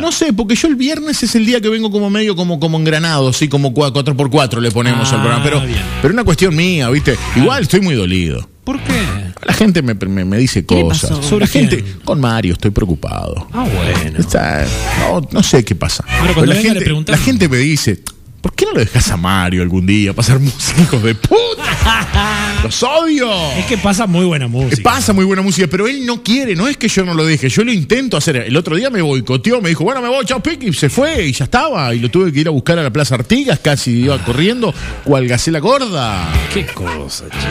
No sé, porque yo el viernes es el día que vengo como medio como, como engranado, así como 4x4 le ponemos Ah, al programa. Pero, bien. Ah. pero una cuestión mía, ¿viste? Igual estoy muy dolido. ¿Por qué? La gente me, me- me dice le cosas. pasó? Sobre ¿Sobre quién? gente, con Mario estoy preocupado. Ah, bueno. Está- no, no sé qué pasa. cuando Pero la, venga le gente, preguntamos. la gente me dice, ¿por qué no lo dejas a Mario algún día pasar música, hijos de puta? ¡Los odio! Es que pasa muy buena música. Pasa muy buena música, pero él no quiere, no es que yo no lo deje, yo lo intento hacer. El otro día me boicoteó, me dijo, bueno, me voy, chao, Piqui, y se fue, y ya estaba, y lo tuve que ir a buscar a la Plaza Artigas, casi iba corriendo, cual gacela gorda. Qué cosa, che.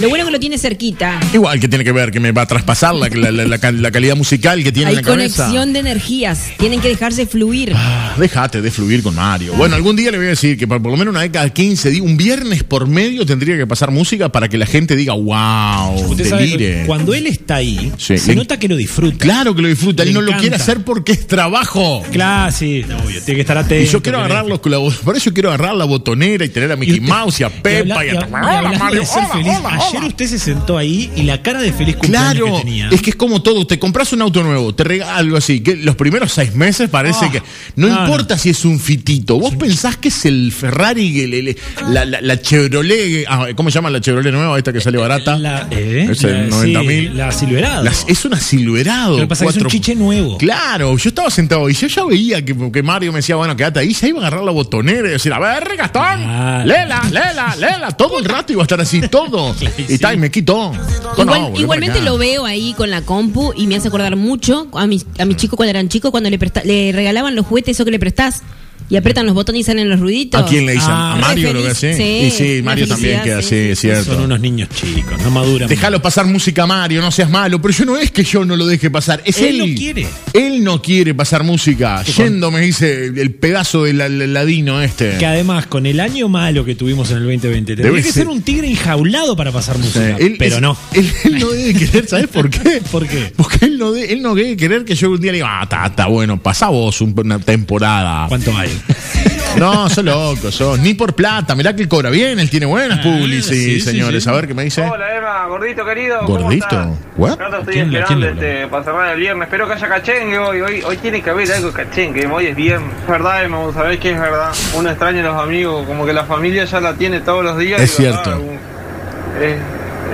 Lo bueno es que lo tiene cerquita. Igual que tiene que ver, que me va a traspasar la, la- la- la cal- la calidad musical que tiene en Hay la cabeza. conexión de energías. Tienen que dejarse fluir. Ah, Déjate de fluir con Mario. Bueno, algún día le voy a decir que por por lo menos una vez cada 15 días, un viernes por medio tendría que pasar música para que la gente diga, wow, Usted sabe que delire. cuando él está ahí, Sí. se Le- nota que lo disfruta. Claro que lo disfruta, él Le no lo quiere encanta. hacer porque es trabajo. Claro, sí, obvio, tiene que estar atento. Y yo quiero agarrar los colabor- Por eso quiero agarrar la botonera y tener a Mickey usted- Mouse y a Pepa y, a. Hola, Mario, hola, hola, Ayer hola. usted se sentó ahí y la cara de feliz cumpleaños Claro, que tenía. es que es como todo, te compras un auto nuevo, te regalo algo así, que los primeros seis meses parece Ah, que... No, no, importa si es un fitito, vos pensás que es el Ferrari, el- el- la, la- la Chevrolet, ah, ¿cómo se llama la Chevrolet nueva esta que sale barata? La, eh, Esa de la- sí, 90.000. la Silverado. Las- es una Silverado. Lo que pasa es que es un cuatro- chiche nuevo. Claro, yo estaba sentado y yo ya veía que, que Mario me decía, bueno, quédate ahí, se iba a agarrar la botonera y decir, a ver, Gastón, Claro. lela, lela, lela, todo el rato iba a estar así, todo. y tal, y me quitó. No, Igual- no, volvé igualmente para acá. lo veo ahí con la compu y me hace acordar mucho a mis, a mis chicos cuando eran chicos, cuando le, presta- le regalaban los juguetes, eso que le prestás, y apretan los botones y salen los ruiditos. ¿A quién le dicen? Ah, ¿A Mario re lo ve feliz, así? sí, y sí, una Mario también felicidad, queda sí. así, es Son cierto. unos niños chicos, no maduran. Dejalo pasar música, Mario, no seas malo. Pero yo no es que yo no lo deje pasar. Es él. Él no quiere. Él no quiere pasar música. Yendo, me dice el pedazo del al- ladino este. Que además, con el año malo que tuvimos en el 2020, Debe tendría que ser- ser un tigre enjaulado para pasar Sí, música. él- pero es- no. Él, él no debe querer, ¿sabes por qué? ¿Por qué? Porque él no, de- él no debe querer que yo un día le diga, ah, está, está bueno, pasá vos un- una temporada. ¿Cuánto hay? No, sos loco, sos. Ni por plata, mirá que él cobra bien, él tiene buenas Ah, publicis, sí, sí, señores. sí. A ver qué me dice. Hola Emma, gordito querido. ¿cómo ¿Gordito? estás? ¿What? No te estoy ¿Quién le- esperando quién le habló? este, para cerrar el viernes. Espero que haya cachengue hoy. Hoy, hoy tiene que haber algo de cachengue. Hoy es viernes. Es verdad, Emma, vos sabés que es verdad. Uno extraña a los amigos. Como que la familia ya la tiene todos los días. Es y, verdad, cierto. un-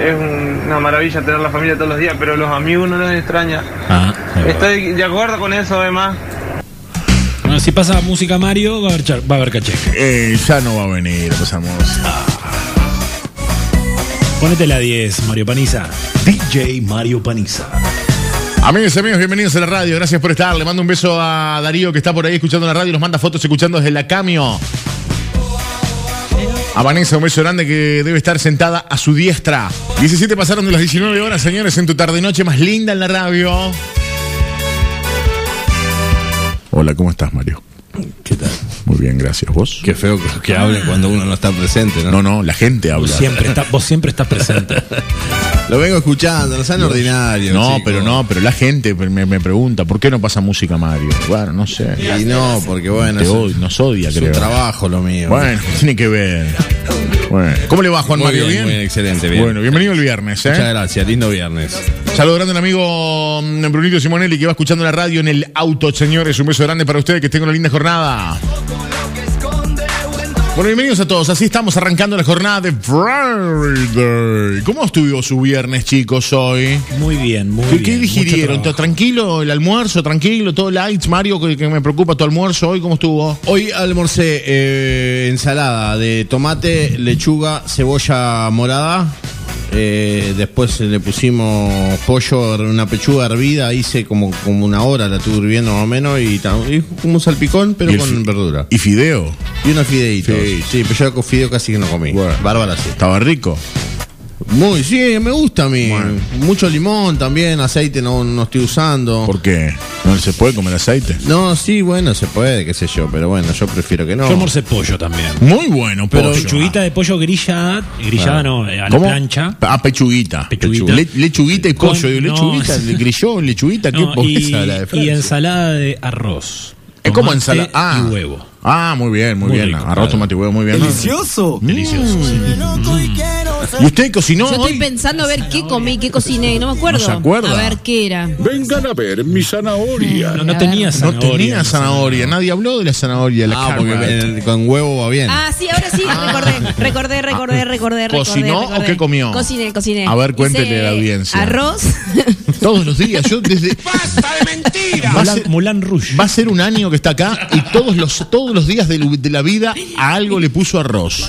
Es, es un- una maravilla tener la familia todos los días, pero los amigos uno los extraña. Ah, Estoy de acuerdo con eso, Emma. Bueno, si pasa música Mario, va a haber, char- va a haber caché. Eh, ya no va a venir, pues, pasamos. Ponete la 10, Mario Paniza. DJ Mario Paniza. Amigos y amigos, bienvenidos a la radio, gracias por estar. Le mando un beso a Darío que está por ahí escuchando la radio, nos manda fotos escuchando desde la camio. A Vanessa, un beso grande que debe estar sentada a su diestra. 17 pasaron de las 19 horas, señores, en tu tarde noche más linda en la radio. Hola, ¿cómo estás, Mario? ¿Qué tal? Muy bien, gracias. ¿Vos? Qué feo que, que hable cuando uno no está presente, ¿no? No, no, la gente habla. Vos siempre, está- vos siempre estás presente. Lo vengo escuchando, no sean ordinarios. No, chicos. pero no, pero la gente me, me pregunta, ¿por qué no pasa música, Mario? Bueno, no sé. Y no, porque bueno, Te es, un- od- nos odia, es un creo. trabajo lo mío. Bueno, ¿eh? tiene que ver. Bueno. ¿Cómo le va, Juan Muy Mario? bien, muy bien, excelente, bien. Bueno, bienvenido el viernes, ¿eh? Muchas gracias, lindo viernes. Saludo grande al amigo mm, Brunito Simonelli que va escuchando la radio en el auto, señores. Un beso grande para ustedes, que tengan una linda jornada. Bueno, bienvenidos a todos. Así estamos arrancando la jornada de Friday. ¿Cómo estuvo su viernes, chicos, hoy? Muy bien, muy ¿Qué, bien. qué digirieron? Mucho trabajo. ¿Tranquilo el almuerzo? ¿Tranquilo? ¿Todo light? Mario, que, que me preocupa tu almuerzo hoy, ¿cómo estuvo? Hoy almorcé eh, ensalada de tomate, lechuga, cebolla morada. Eh, después le pusimos pollo, una pechuga hervida, hice como, como una hora, la estuve hirviendo más o menos, y, ta- y como un salpicón, pero Y el con fi- verdura. ¿Y fideo? Y unos fideitos. Fideitos. Sí, pero yo con fideo casi que no comí. Bueno. Bárbara sí. ¿Estaba rico? Muy, sí, me gusta a mí. Bueno. Mucho limón también, aceite no, no estoy usando. ¿Por qué? ¿No se puede comer aceite? No, sí, bueno, se puede, qué sé yo, pero bueno, yo prefiero que no. Yo almorcé pollo también. Muy bueno, Pero pollo. pechuguita de pollo grillada, grillada no, eh, a la ¿Cómo? plancha. Ah, pechuguita. Pechuguita. Le- lechuguita y Con- pollo. Digo, no. lechuguita, le- grillón, lechuguita, No, qué pobreza la de y, y Francia. ensalada de arroz. Es como tomate ensalada. Ah. Y huevo. Ah, muy bien, muy, Muy bien. rico, Arroz, claro. tomate y huevo, muy bien. Delicioso, sí. loco y quiero ¿Y usted cocinó Yo estoy hoy? pensando a ver qué comí, qué cociné, no me acuerdo. No se acuerda. A ver qué era. Vengan a ver mi zanahoria. No, no tenía No zanahoria. tenía zanahoria. Nadie habló de la zanahoria. La Ah, porque carrot. el- con huevo va bien. Ah, sí, ahora sí, recordé, recordé, recordé, recordé, recordé. Ah. ¿Cocinó recordé. o qué comió? Cociné, cociné. A ver, Hice cuéntele a la audiencia. Arroz. Todos los días. Yo desde. Va a Mulan, ser- Mulan Rouge. Va a ser un año que está acá y todos los, todos los días de, lu- de la vida a algo le puso arroz.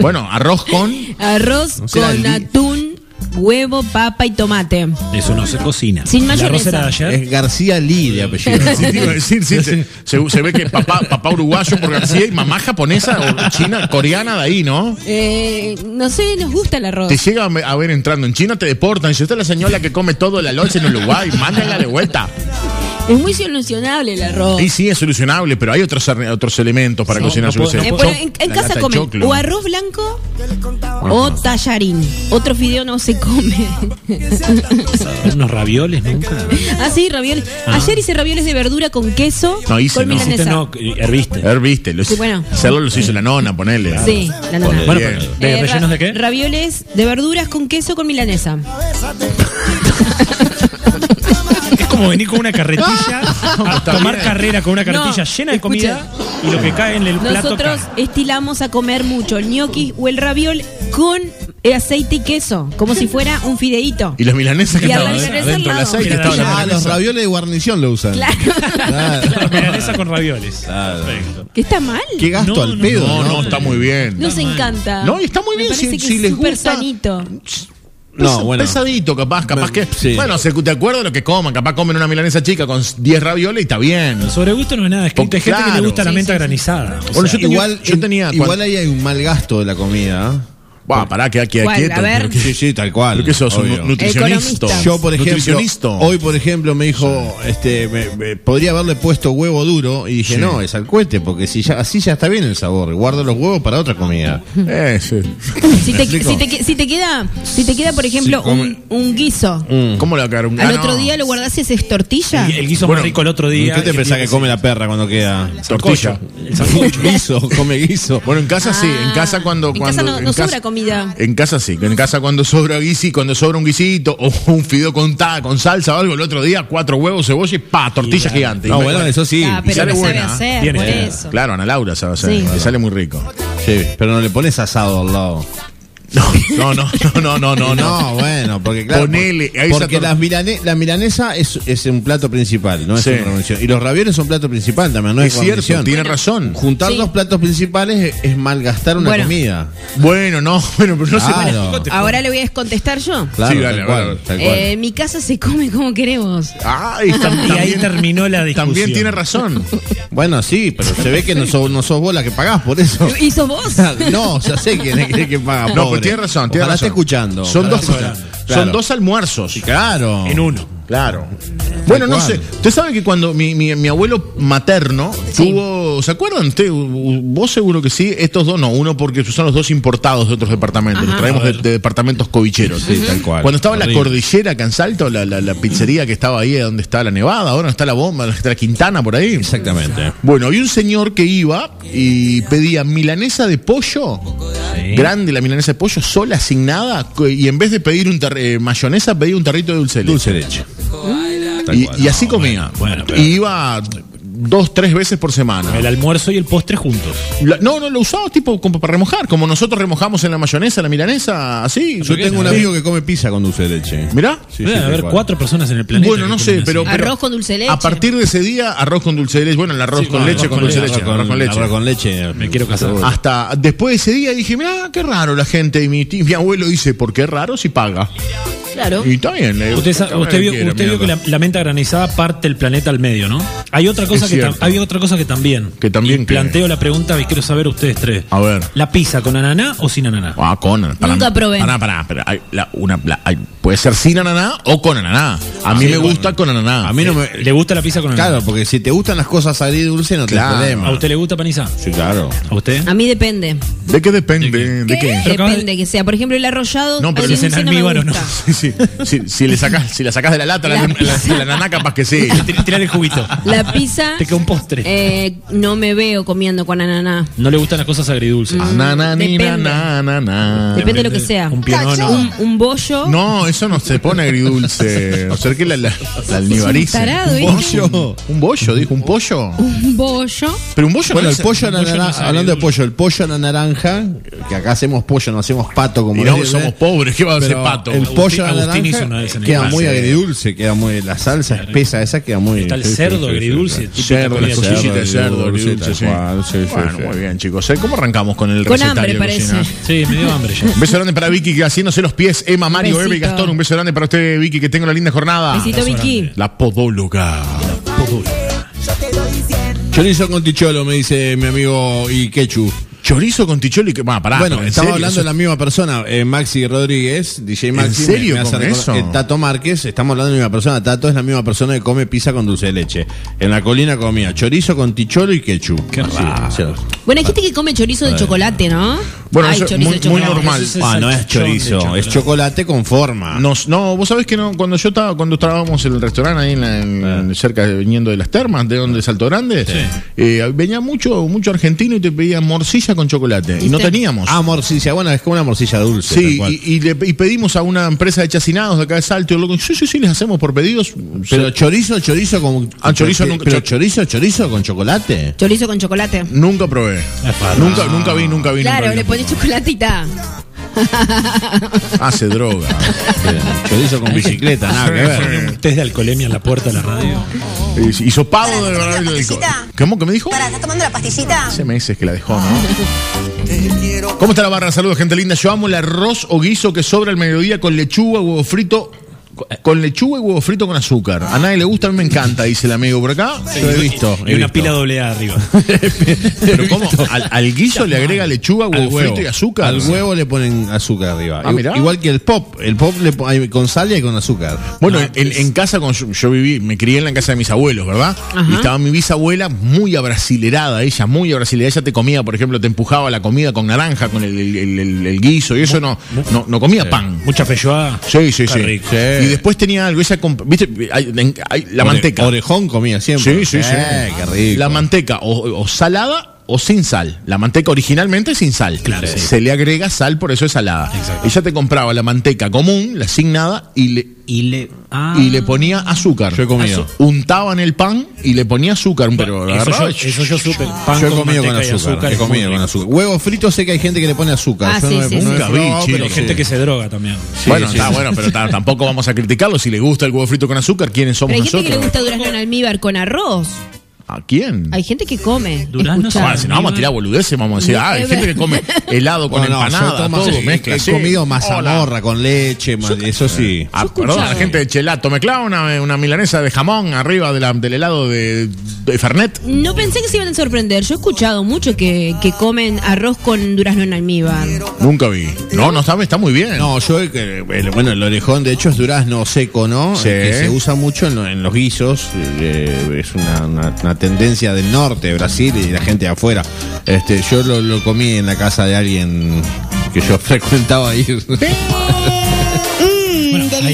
Bueno, arroz con. Arroz será con el- atún, huevo, papa y tomate. Eso no se cocina. Sin El mayonesa. arroz era de ayer. Es García Lee de apellido. ¿no? Sí, te iba a decir, sí, se, se- se ve que papá, papá uruguayo por García y mamá japonesa o china, coreana de ahí, ¿no? Eh, no sé, nos gusta el arroz. Te llega a me- a ver entrando en China, te deportan. Si esta es la señora que come todo la noche en Uruguay, mándala de vuelta. Es muy solucionable el arroz. Y sí, es solucionable, pero hay otros, ar- otros elementos para cocinar. no puedo- soluciones. Eh, no bueno, Choc- en, en la lata casa de comen choclo. o arroz blanco o tallarín. Otro fideo no se come. Unos ravioles nunca. ah, sí, ravioles. Ayer hice ravioles de verdura con queso No, hice, con no. Este milanesa. no, eh, herviste. Herviste, los, Sí, bueno. Hacerlo los hizo la nona, ponele. Sí, la nana. Ponele. Bueno, Bien. pero, ¿de Eh, rellenos ra- de qué? Ravioles de verduras con queso con milanesa. Es como venir con una carretilla, a Está tomar bien. carrera con una carretilla No, llena de escuchen. comida y lo que cae en el plato. Nosotros cae. estilamos a comer mucho el ñoqui o el raviol con eh, aceite y queso, como si fuera un fideíto. Y las milanesas que Y a la estaban milanesa al dentro del lado. aceite. Mira, estaban las la- Ah, los milanesas. ravioles de guarnición lo usan. Claro. Claro. Milanesa con ravioles. Perfecto. ¿Que está mal? Qué gasto No, al no, pedo. No, no, está muy bien. Nos encanta. No, y está muy Me bien, parece si- que si es les súper gusta. sanito. No, bueno. Pesadito, capaz, capaz Me- que. sí. Bueno, se, de acuerdo a lo que coman, capaz comen una milanesa chica con 10 ravioles y está bien. Sobre gusto no es nada escrito. Hay gente que Claro. le gusta la Sí, menta sí, sí. granizada. O Bueno, sea, yo tenía- igual, yo tenía- igual cuando- ahí hay un mal gasto de la comida. ¿eh? Va, pará, queda, queda ¿Cuál? quieto. A ver. pero que- Sí, sí, tal cual. pero que sos un obvio. nu- nutricionista. Economista. Yo, por ejemplo, Nutricionista. hoy, por ejemplo, me dijo, este, me- me- podría haberle puesto huevo duro y dije, Sí. no, es al cohete, porque si ya, así ya está bien el sabor. Guardo los huevos para otra comida. Eh, sí. Si ¿Me te, explico? si te que- si te queda, si te queda, por ejemplo, come- un, un guiso, ¿Cómo la caro? Mm. al otro día lo guardás y haces tortilla. el, el guiso Bueno, más rico el otro ¿Qué día. te pensás que come la perra cuando queda? Tortilla. El sancocho. Guiso, come guiso. Bueno, en casa sí, en casa cuando. Ah, En casa cuando no- no sobra comida. En casa sí, en casa cuando sobra guisi, cuando sobra un guisito o un fideo con ta, con salsa o algo, el otro día cuatro huevos, cebolla y pa, tortilla gigante. No, Y me- bueno, eso sí. Ah, pero sale lo sabe buena, ¿eh? hacer, Bien por hecha. eso. Claro, Ana Laura sabe hacer, Sí. le Claro. sale muy rico. Sí, pero no le pones asado al lado. No, no, no, no, no, no, no. No, bueno, porque claro. Ponele, ahí esa porque tor- las milane- la milanesa es, es un plato principal, no es Sí. una guarnición. Y los ravioles son plato principal también, no es, es cierto, guarnición. tiene razón. Juntar Sí. dos platos principales es, es malgastar una Bueno. comida. Bueno, no, bueno, pero no se Claro. Ahora le voy a descontestar yo. Claro, Sí, tal dale, cual, dale. tal cual. Eh, en mi casa se come como queremos. Ay, tam- Y ahí terminó la discusión. También tiene razón. Bueno, sí, pero se ve que no sos, no sos vos la que pagás por eso. ¿Y sos vos? No, ya sé quién es el que paga. No, pobre. pero tiene razón. Tiene razón. Ojalá esté escuchando. Son ojalá dos, esté escuchando. son Claro. dos almuerzos. Claro. En uno. Claro. Bueno, no cual. sé. Usted sabe que cuando mi, mi- mi abuelo materno Sí. tuvo. ¿Se acuerdan? Usted, u- vos seguro que sí. Estos dos no. Uno porque son los dos importados de otros departamentos. Los traemos de, de departamentos covicheros. Sí, tal cual. Cuando estaba la Horrible. cordillera acá en Salto, la, la- la pizzería que estaba ahí donde está la Nevada, ahora está la bomba, donde está la Quintana por ahí. Exactamente. Bueno, había un señor que iba y pedía milanesa de pollo, grande la milanesa de pollo, sola, sin nada, co- y en vez de pedir un ter- eh, mayonesa, pedía un tarrito de dulce de leche. Dulce de leche. Tal Y, cual, y no, así comía. bueno, pero- y iba dos, tres veces por semana. El almuerzo y el postre juntos. La- no, no, lo usaba tipo como para remojar, como nosotros remojamos en la mayonesa, la milanesa, así. Yo tengo un amigo que come pizza con dulce de leche. Mirá. Deben tal haber cual. cuatro personas en el planeta. Bueno, que no comen sé, así. pero, pero- Arroz con dulce de leche. A partir de ese día, arroz con dulce de leche. Bueno, el arroz con bueno, leche, arroz con con dulce de leche, leche. Arroz con leche. Arroz con leche. Me quiero casar. Hasta después de ese día dije, mira, qué raro la gente. Y mi, ti- mi abuelo dice, ¿por qué raro si paga? Claro. Y está bien. le digo, Usted, sa- "Cada usted vez vio, quiera, usted vio que mierda". la, la menta granizada parte el planeta al medio, ¿no? Hay otra cosa, Es que, tam- cierto. hay otra cosa que también. Que también Y que- Planteo la pregunta y quiero saber ustedes tres. A ver. ¿La pizza con ananá o sin ananá? Ah, con. Nunca probé. Pará, pará, pará. Hay la- una, la- hay- Puede ser sin ananá o con ananá. A mí Sí, me bueno. gusta con ananá. A mí no me. ¿Le gusta la pizza con ananá? Claro, porque si te gustan las cosas agridulce no te Claro. problema. ¿A usted le gusta paniza? Sí, claro. ¿A usted? A mí depende. ¿De qué depende? ¿De qué? Pero acabas Depende que sea. Por ejemplo, el arrollado. No, pero agridulce si es en me almíbar o no. gusta. Sí, sí. Si, si le sacás, si la sacás de la lata, la, La la- pizza. la ananá capaz que sí. Tir- Tirar el juguito. La pizza. Te queda un postre. eh, no me veo comiendo con ananá. No le gustan las cosas agridulces. Ananá, ni, na, Depende. na, na, na. Depende mm, de lo que sea. Un pianono. Un, un bollo. No, eso no se pone agridulce. O sea que la, la, la almibarice. Es un tarado, ¿eh? un bollo. Un bollo, dijo, un pollo. Un bollo. Pero un bollo Bueno, no el es- pollo a la pollo no es naranja, hablando de agridulce. pollo, el pollo a la naranja, que acá hacemos pollo, no hacemos pato como Y no, dicen, somos pobres, ¿qué va a hacer pero pato? El Agustín- pollo a la Agustín hizo una vez naranja en el queda mar, muy sí. agridulce, queda muy la salsa espesa esa queda muy Está el sí, sí, cerdo sí, sí, agridulce, sí. típica Cerdo, comida cerdo, Cosillita de cerdo, agridulce, agridulce, sí. tal cual, sí, sí, Bueno, sí. muy bien, chicos. ¿Cómo arrancamos con el Con recetario hambre, de cocina? parece. Sí, me dio hambre ya. Un beso grande para Vicky, que haciéndose los pies. Emma, Mario, Besito. Eve y Gastón. Un beso grande para usted, Vicky, que tenga una linda jornada. Besito, Vicky. La podóloga. Chorizo con ticholo, me dice mi amigo y quechu. Chorizo con ticholi. Que, bah, pará, bueno, pero en estaba serio, hablando eso- de la misma persona, eh, Maxi Rodríguez, DJ Maxi. ¿En serio hace con recordar- eso? eh, Tato Márquez, estamos hablando de la misma persona. Tato es la misma persona que come pizza con dulce de leche. En la colina comía chorizo con ticholo y quechu. Qué Así, raro. así. Bueno, hay gente que come chorizo de chocolate, ¿no? Bueno, Ay, eso es chorizo muy- de chocolate. muy normal. Eso Ah, no es salchichón de chorizo, es chocolate con forma. Nos- no, vos sabés que no, cuando yo estaba, cuando trabajábamos en el restaurante ahí en la- en- Ah. cerca de- viniendo de las termas, de donde Salto Grande, eh, venía mucho, mucho argentino y te pedían morcilla con chocolate. Y no ¿Viste? teníamos. Ah, morcilla, bueno, es como una morcilla dulce. tal Sí, cual. y, y le- y pedimos a una empresa de chacinados de acá de Salto, y loco, sí, sí, sí, les hacemos por pedidos. pero Se- chorizo, chorizo con. Ah, chorizo nunca- Pero cho- chorizo, chorizo con chocolate. Chorizo con chocolate. nunca probé. Nunca, nunca vi, nunca vi. Claro, nunca vi. le pones chocolatita. Hace droga. Sí, chorizo con bicicleta, nada que ver. Un test de alcoholemia en la puerta de la radio. Eh, Hizo pavo del Para, barrio del co- pastillita. ¿Cómo que me dijo? Para, ¿estás tomando la pastillita? Hace meses que la dejó, ¿no? ¿Cómo está la barra? Saludos, gente linda. Yo amo el arroz o guiso que sobra al mediodía con lechuga, huevo frito. Con lechuga y huevo frito con azúcar. A nadie le gusta, a mí me encanta, dice el amigo por acá. Yo he visto. Y una pila doble A arriba. Pero ¿cómo? Al, al guiso le agrega lechuga, huevo, Al huevo. frito y azúcar. Al huevo le ponen azúcar arriba. Ah, I- mirá. Igual que el pop. El pop le po- hay con sal y hay con azúcar. Ah, Bueno, en, en casa, con, yo, yo viví, me crié en la casa de mis abuelos, ¿verdad? Ajá. Y estaba mi bisabuela muy abrasilerada, ella muy abrasilerada. Ella te comía, por ejemplo, te empujaba la comida con naranja, con el, el- el- el- el guiso, y eso no, no, no comía pan. Mucha feijoada. Sí, sí, Está sí. rico. Sí. Y después tenía algo, ella, comp- viste, hay- hay- la Ore- manteca. Orejón comía siempre. Sí, sí, sí. Eh, qué rico. La manteca o, o salada o sin sal. La manteca originalmente es sin sal. Claro, sí. Se le agrega sal, por eso es salada. Ella te compraba la manteca común, la sin nada, y le, Y le. Ah. y le ponía azúcar. Yo he comido. Azu- Untaban el pan y le ponía azúcar. Pero eso, agarraba yo, y- eso yo supe. Pan yo he comido con manteca y azúcar. he es muy comido con rico. azúcar. Huevo frito sé que hay gente que le pone azúcar. Ah, Yo sí, no sí, he- no sí. he probado, Nunca vi, pero chico. Gente sí. que se droga también. Sí, bueno, sí, está sí. bueno, pero ta- tampoco vamos a criticarlo. Si le gusta el huevo frito con azúcar, ¿quiénes Pero somos hay gente que le nosotros? gusta durazno en almíbar con arroz. ¿A quién? Hay gente que come. Durazno Escuchá. Ah, si no vamos a tirar boludeces, vamos a decir, ah, hay Es gente que verdad. come helado con Bueno, no, yo empanada, tomo- todo, he- mezcla. He sí. comido Hola. mazamorra con leche, ma- eso sí. Ah, Yo perdón, escuchaba. la gente de Chelato, me clava una, una milanesa de jamón arriba de la- del helado de, de Fernet. No pensé que se iban a sorprender. Yo he escuchado mucho que, que comen arroz con durazno en almíbar. Nunca vi. No, no sabe, está muy bien. No, yo, he- que- el- bueno, el orejón de hecho es durazno seco, ¿no? Sí. Que se usa mucho en, lo- en los guisos, eh, es una, una- una tendencia del norte de Brasil y de la gente de afuera. Este, yo lo, lo comí en la casa de alguien que yo frecuentaba ir. Ah, Bueno, hay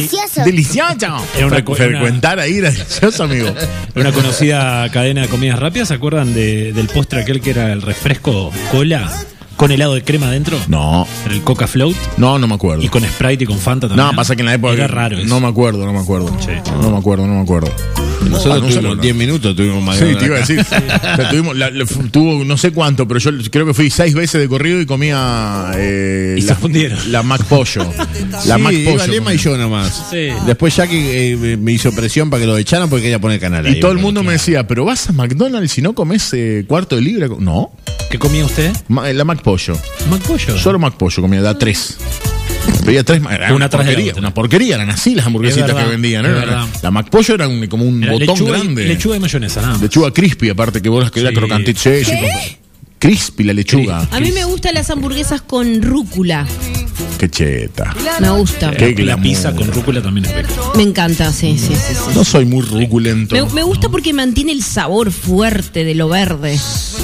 Deliciosa. Era una co- Frecuentar ahí era delicioso, amigo. una conocida cadena de comidas rápidas. ¿Se acuerdan de- del postre aquel que era el refresco cola con helado de crema adentro? No, Era el Coca Float. no, no me acuerdo. Y con Sprite y con Fanta también. No, pasa que en la época. Era raro. eso. No me acuerdo, no me acuerdo. No me acuerdo, no me acuerdo. Ah, Nosotros no tuvimos sé, 10 minutos, tuvimos más de Sí, una te iba a acá. decir. O sea, tuvimos la- la- fu- tuvo no sé cuánto, pero yo creo que fui seis veces de corrido y comía. eh, Y se la, fundieron. La Mac Pollo. La sí, Mac iba Pollo. Lema y comía. yo nomás. Sí. Después Jackie eh, me- me hizo presión para que lo echaran porque quería poner canal. Y ahí, todo el bueno, mundo me claro. decía, pero vas a McDonald's si no comes eh, cuarto de libra. No, ¿Qué comía usted? ma- eh, la Mac Pollo. Macpollo. Solo Mac Pollo, comía, da tres. Pedía tres, ma- era Una una tras de la porquería, otra. una porquería, eran así las hamburguesitas Es verdad, que vendían. ¿no? es verdad. La Mac Pollo era un- como un Era botón lechuga y- grande. lechuga y mayonesa, nada más. Lechuga crispy, aparte que vos las querías Sí. crocantita. Sí, sí, con- crispy la lechuga. A mí me gustan las hamburguesas con rúcula. Qué cheta. Me gusta. Qué la glamour. pizza con rúcula también es rica. Me encanta, sí, sí, sí. sí. No soy muy ruculento. Me, me gusta porque mantiene el sabor fuerte de lo verde.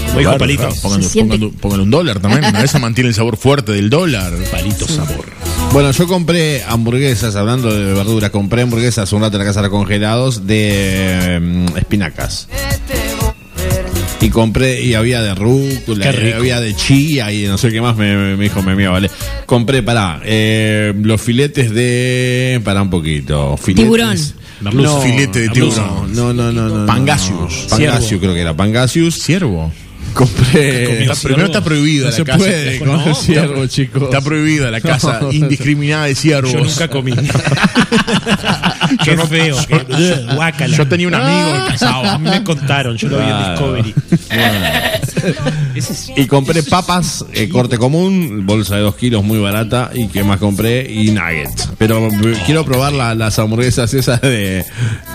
Como dijo Palito. Pónganle Se siente- un dólar también. A esa mantiene el sabor fuerte del dólar. Palito sabor. Bueno, yo compré hamburguesas, hablando de verduras, compré hamburguesas hace un rato en la casa de los congelados de mm, espinacas. Y compré, y había de rúcula, Qué rico. había de chía y no sé qué más, me, me- me dijo mi amigo, ¿vale? Compré, pará, eh, los filetes de... Pará un poquito. Filetes, Tiburón. Merluza. No, Filete de tiburón. No, no, no, no. no, no. Pangasius. Pangasius creo que era. Pangasius. Ciervo. Compré... Está- primero está prohibida No la se casa. puede No, comer ciervo, chicos. Está prohibida la casa No. indiscriminada de ciervos. Yo nunca comí. qué feo. qué- guácala. Ah. Yo tenía un amigo que A mí me contaron, yo lo vi en Discovery. Ese es- Y compré papas, eh, corte común, bolsa de 2 kilos muy barata y que más compré y nuggets. Pero eh, quiero probar la- las hamburguesas esas de,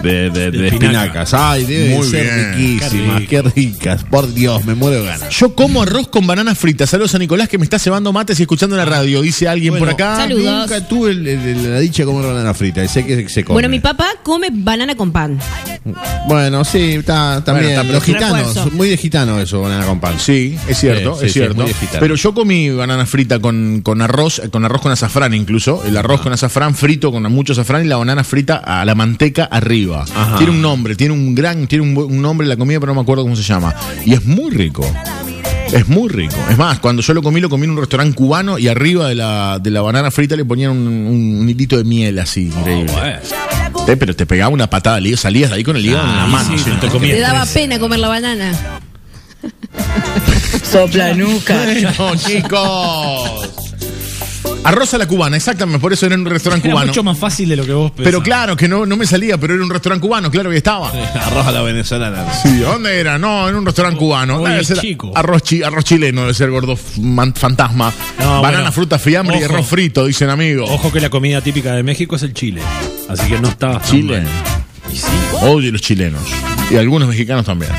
de, de- de De espinaca. espinacas. Ay, deben Muy ser bien. riquísimas, qué, ricas. Por Dios, me muero de ganas. Yo como arroz con bananas fritas. Saludos a Nicolás que me está cebando mates y escuchando la radio. Dice alguien por Bueno, acá. Salud. Saludos. Nunca tuve el- el- la dicha de comer banana frita y sé que se come. Bueno, mi papá come banana con pan. Bueno, sí, está también. está, pero los gitanos, refuerzo. muy de gitano eso, banana con pan. Sí, es cierto, Sí, sí, es sí, cierto. muy digital. Pero yo comí banana frita con, con arroz, eh, con arroz con azafrán incluso. El arroz con azafrán frito con mucho azafrán y la banana frita a la manteca arriba. Ajá. Tiene un nombre, tiene un gran, tiene un, bu- un nombre la comida, pero no me acuerdo cómo se llama. Y es muy rico. Es muy rico. Es más, cuando yo lo comí, lo comí en un restaurante cubano y arriba de la, de la banana frita le ponían un, un- un hilito de miel así, increíble. Eh, pero te pegaba una patada al hígado, salías de ahí con el hígado en la Ah, mano. sí, sí, no te ¿no? comías. Le daba pena comer la banana. Bueno, chicos. Arroz a la cubana, exactamente, por eso era en un restaurante Era cubano. mucho más fácil de lo que vos pensás. Pero claro, que no, no me salía, pero era un restaurante cubano, claro que estaba. Arroz a la venezolana. Sí, ¿dónde era? No, en un restaurante cubano. Oye, Debe ser chico. Arroz, chi- arroz chileno, debe ser gordo f- man- fantasma. No, Banana, bueno. fruta, fiambre y Ojo. arroz frito, dicen amigos. Ojo que la comida típica de México es el chile. Así que no estaba tan Chile. mal. Y sí. Odio los chilenos. Y algunos mexicanos también.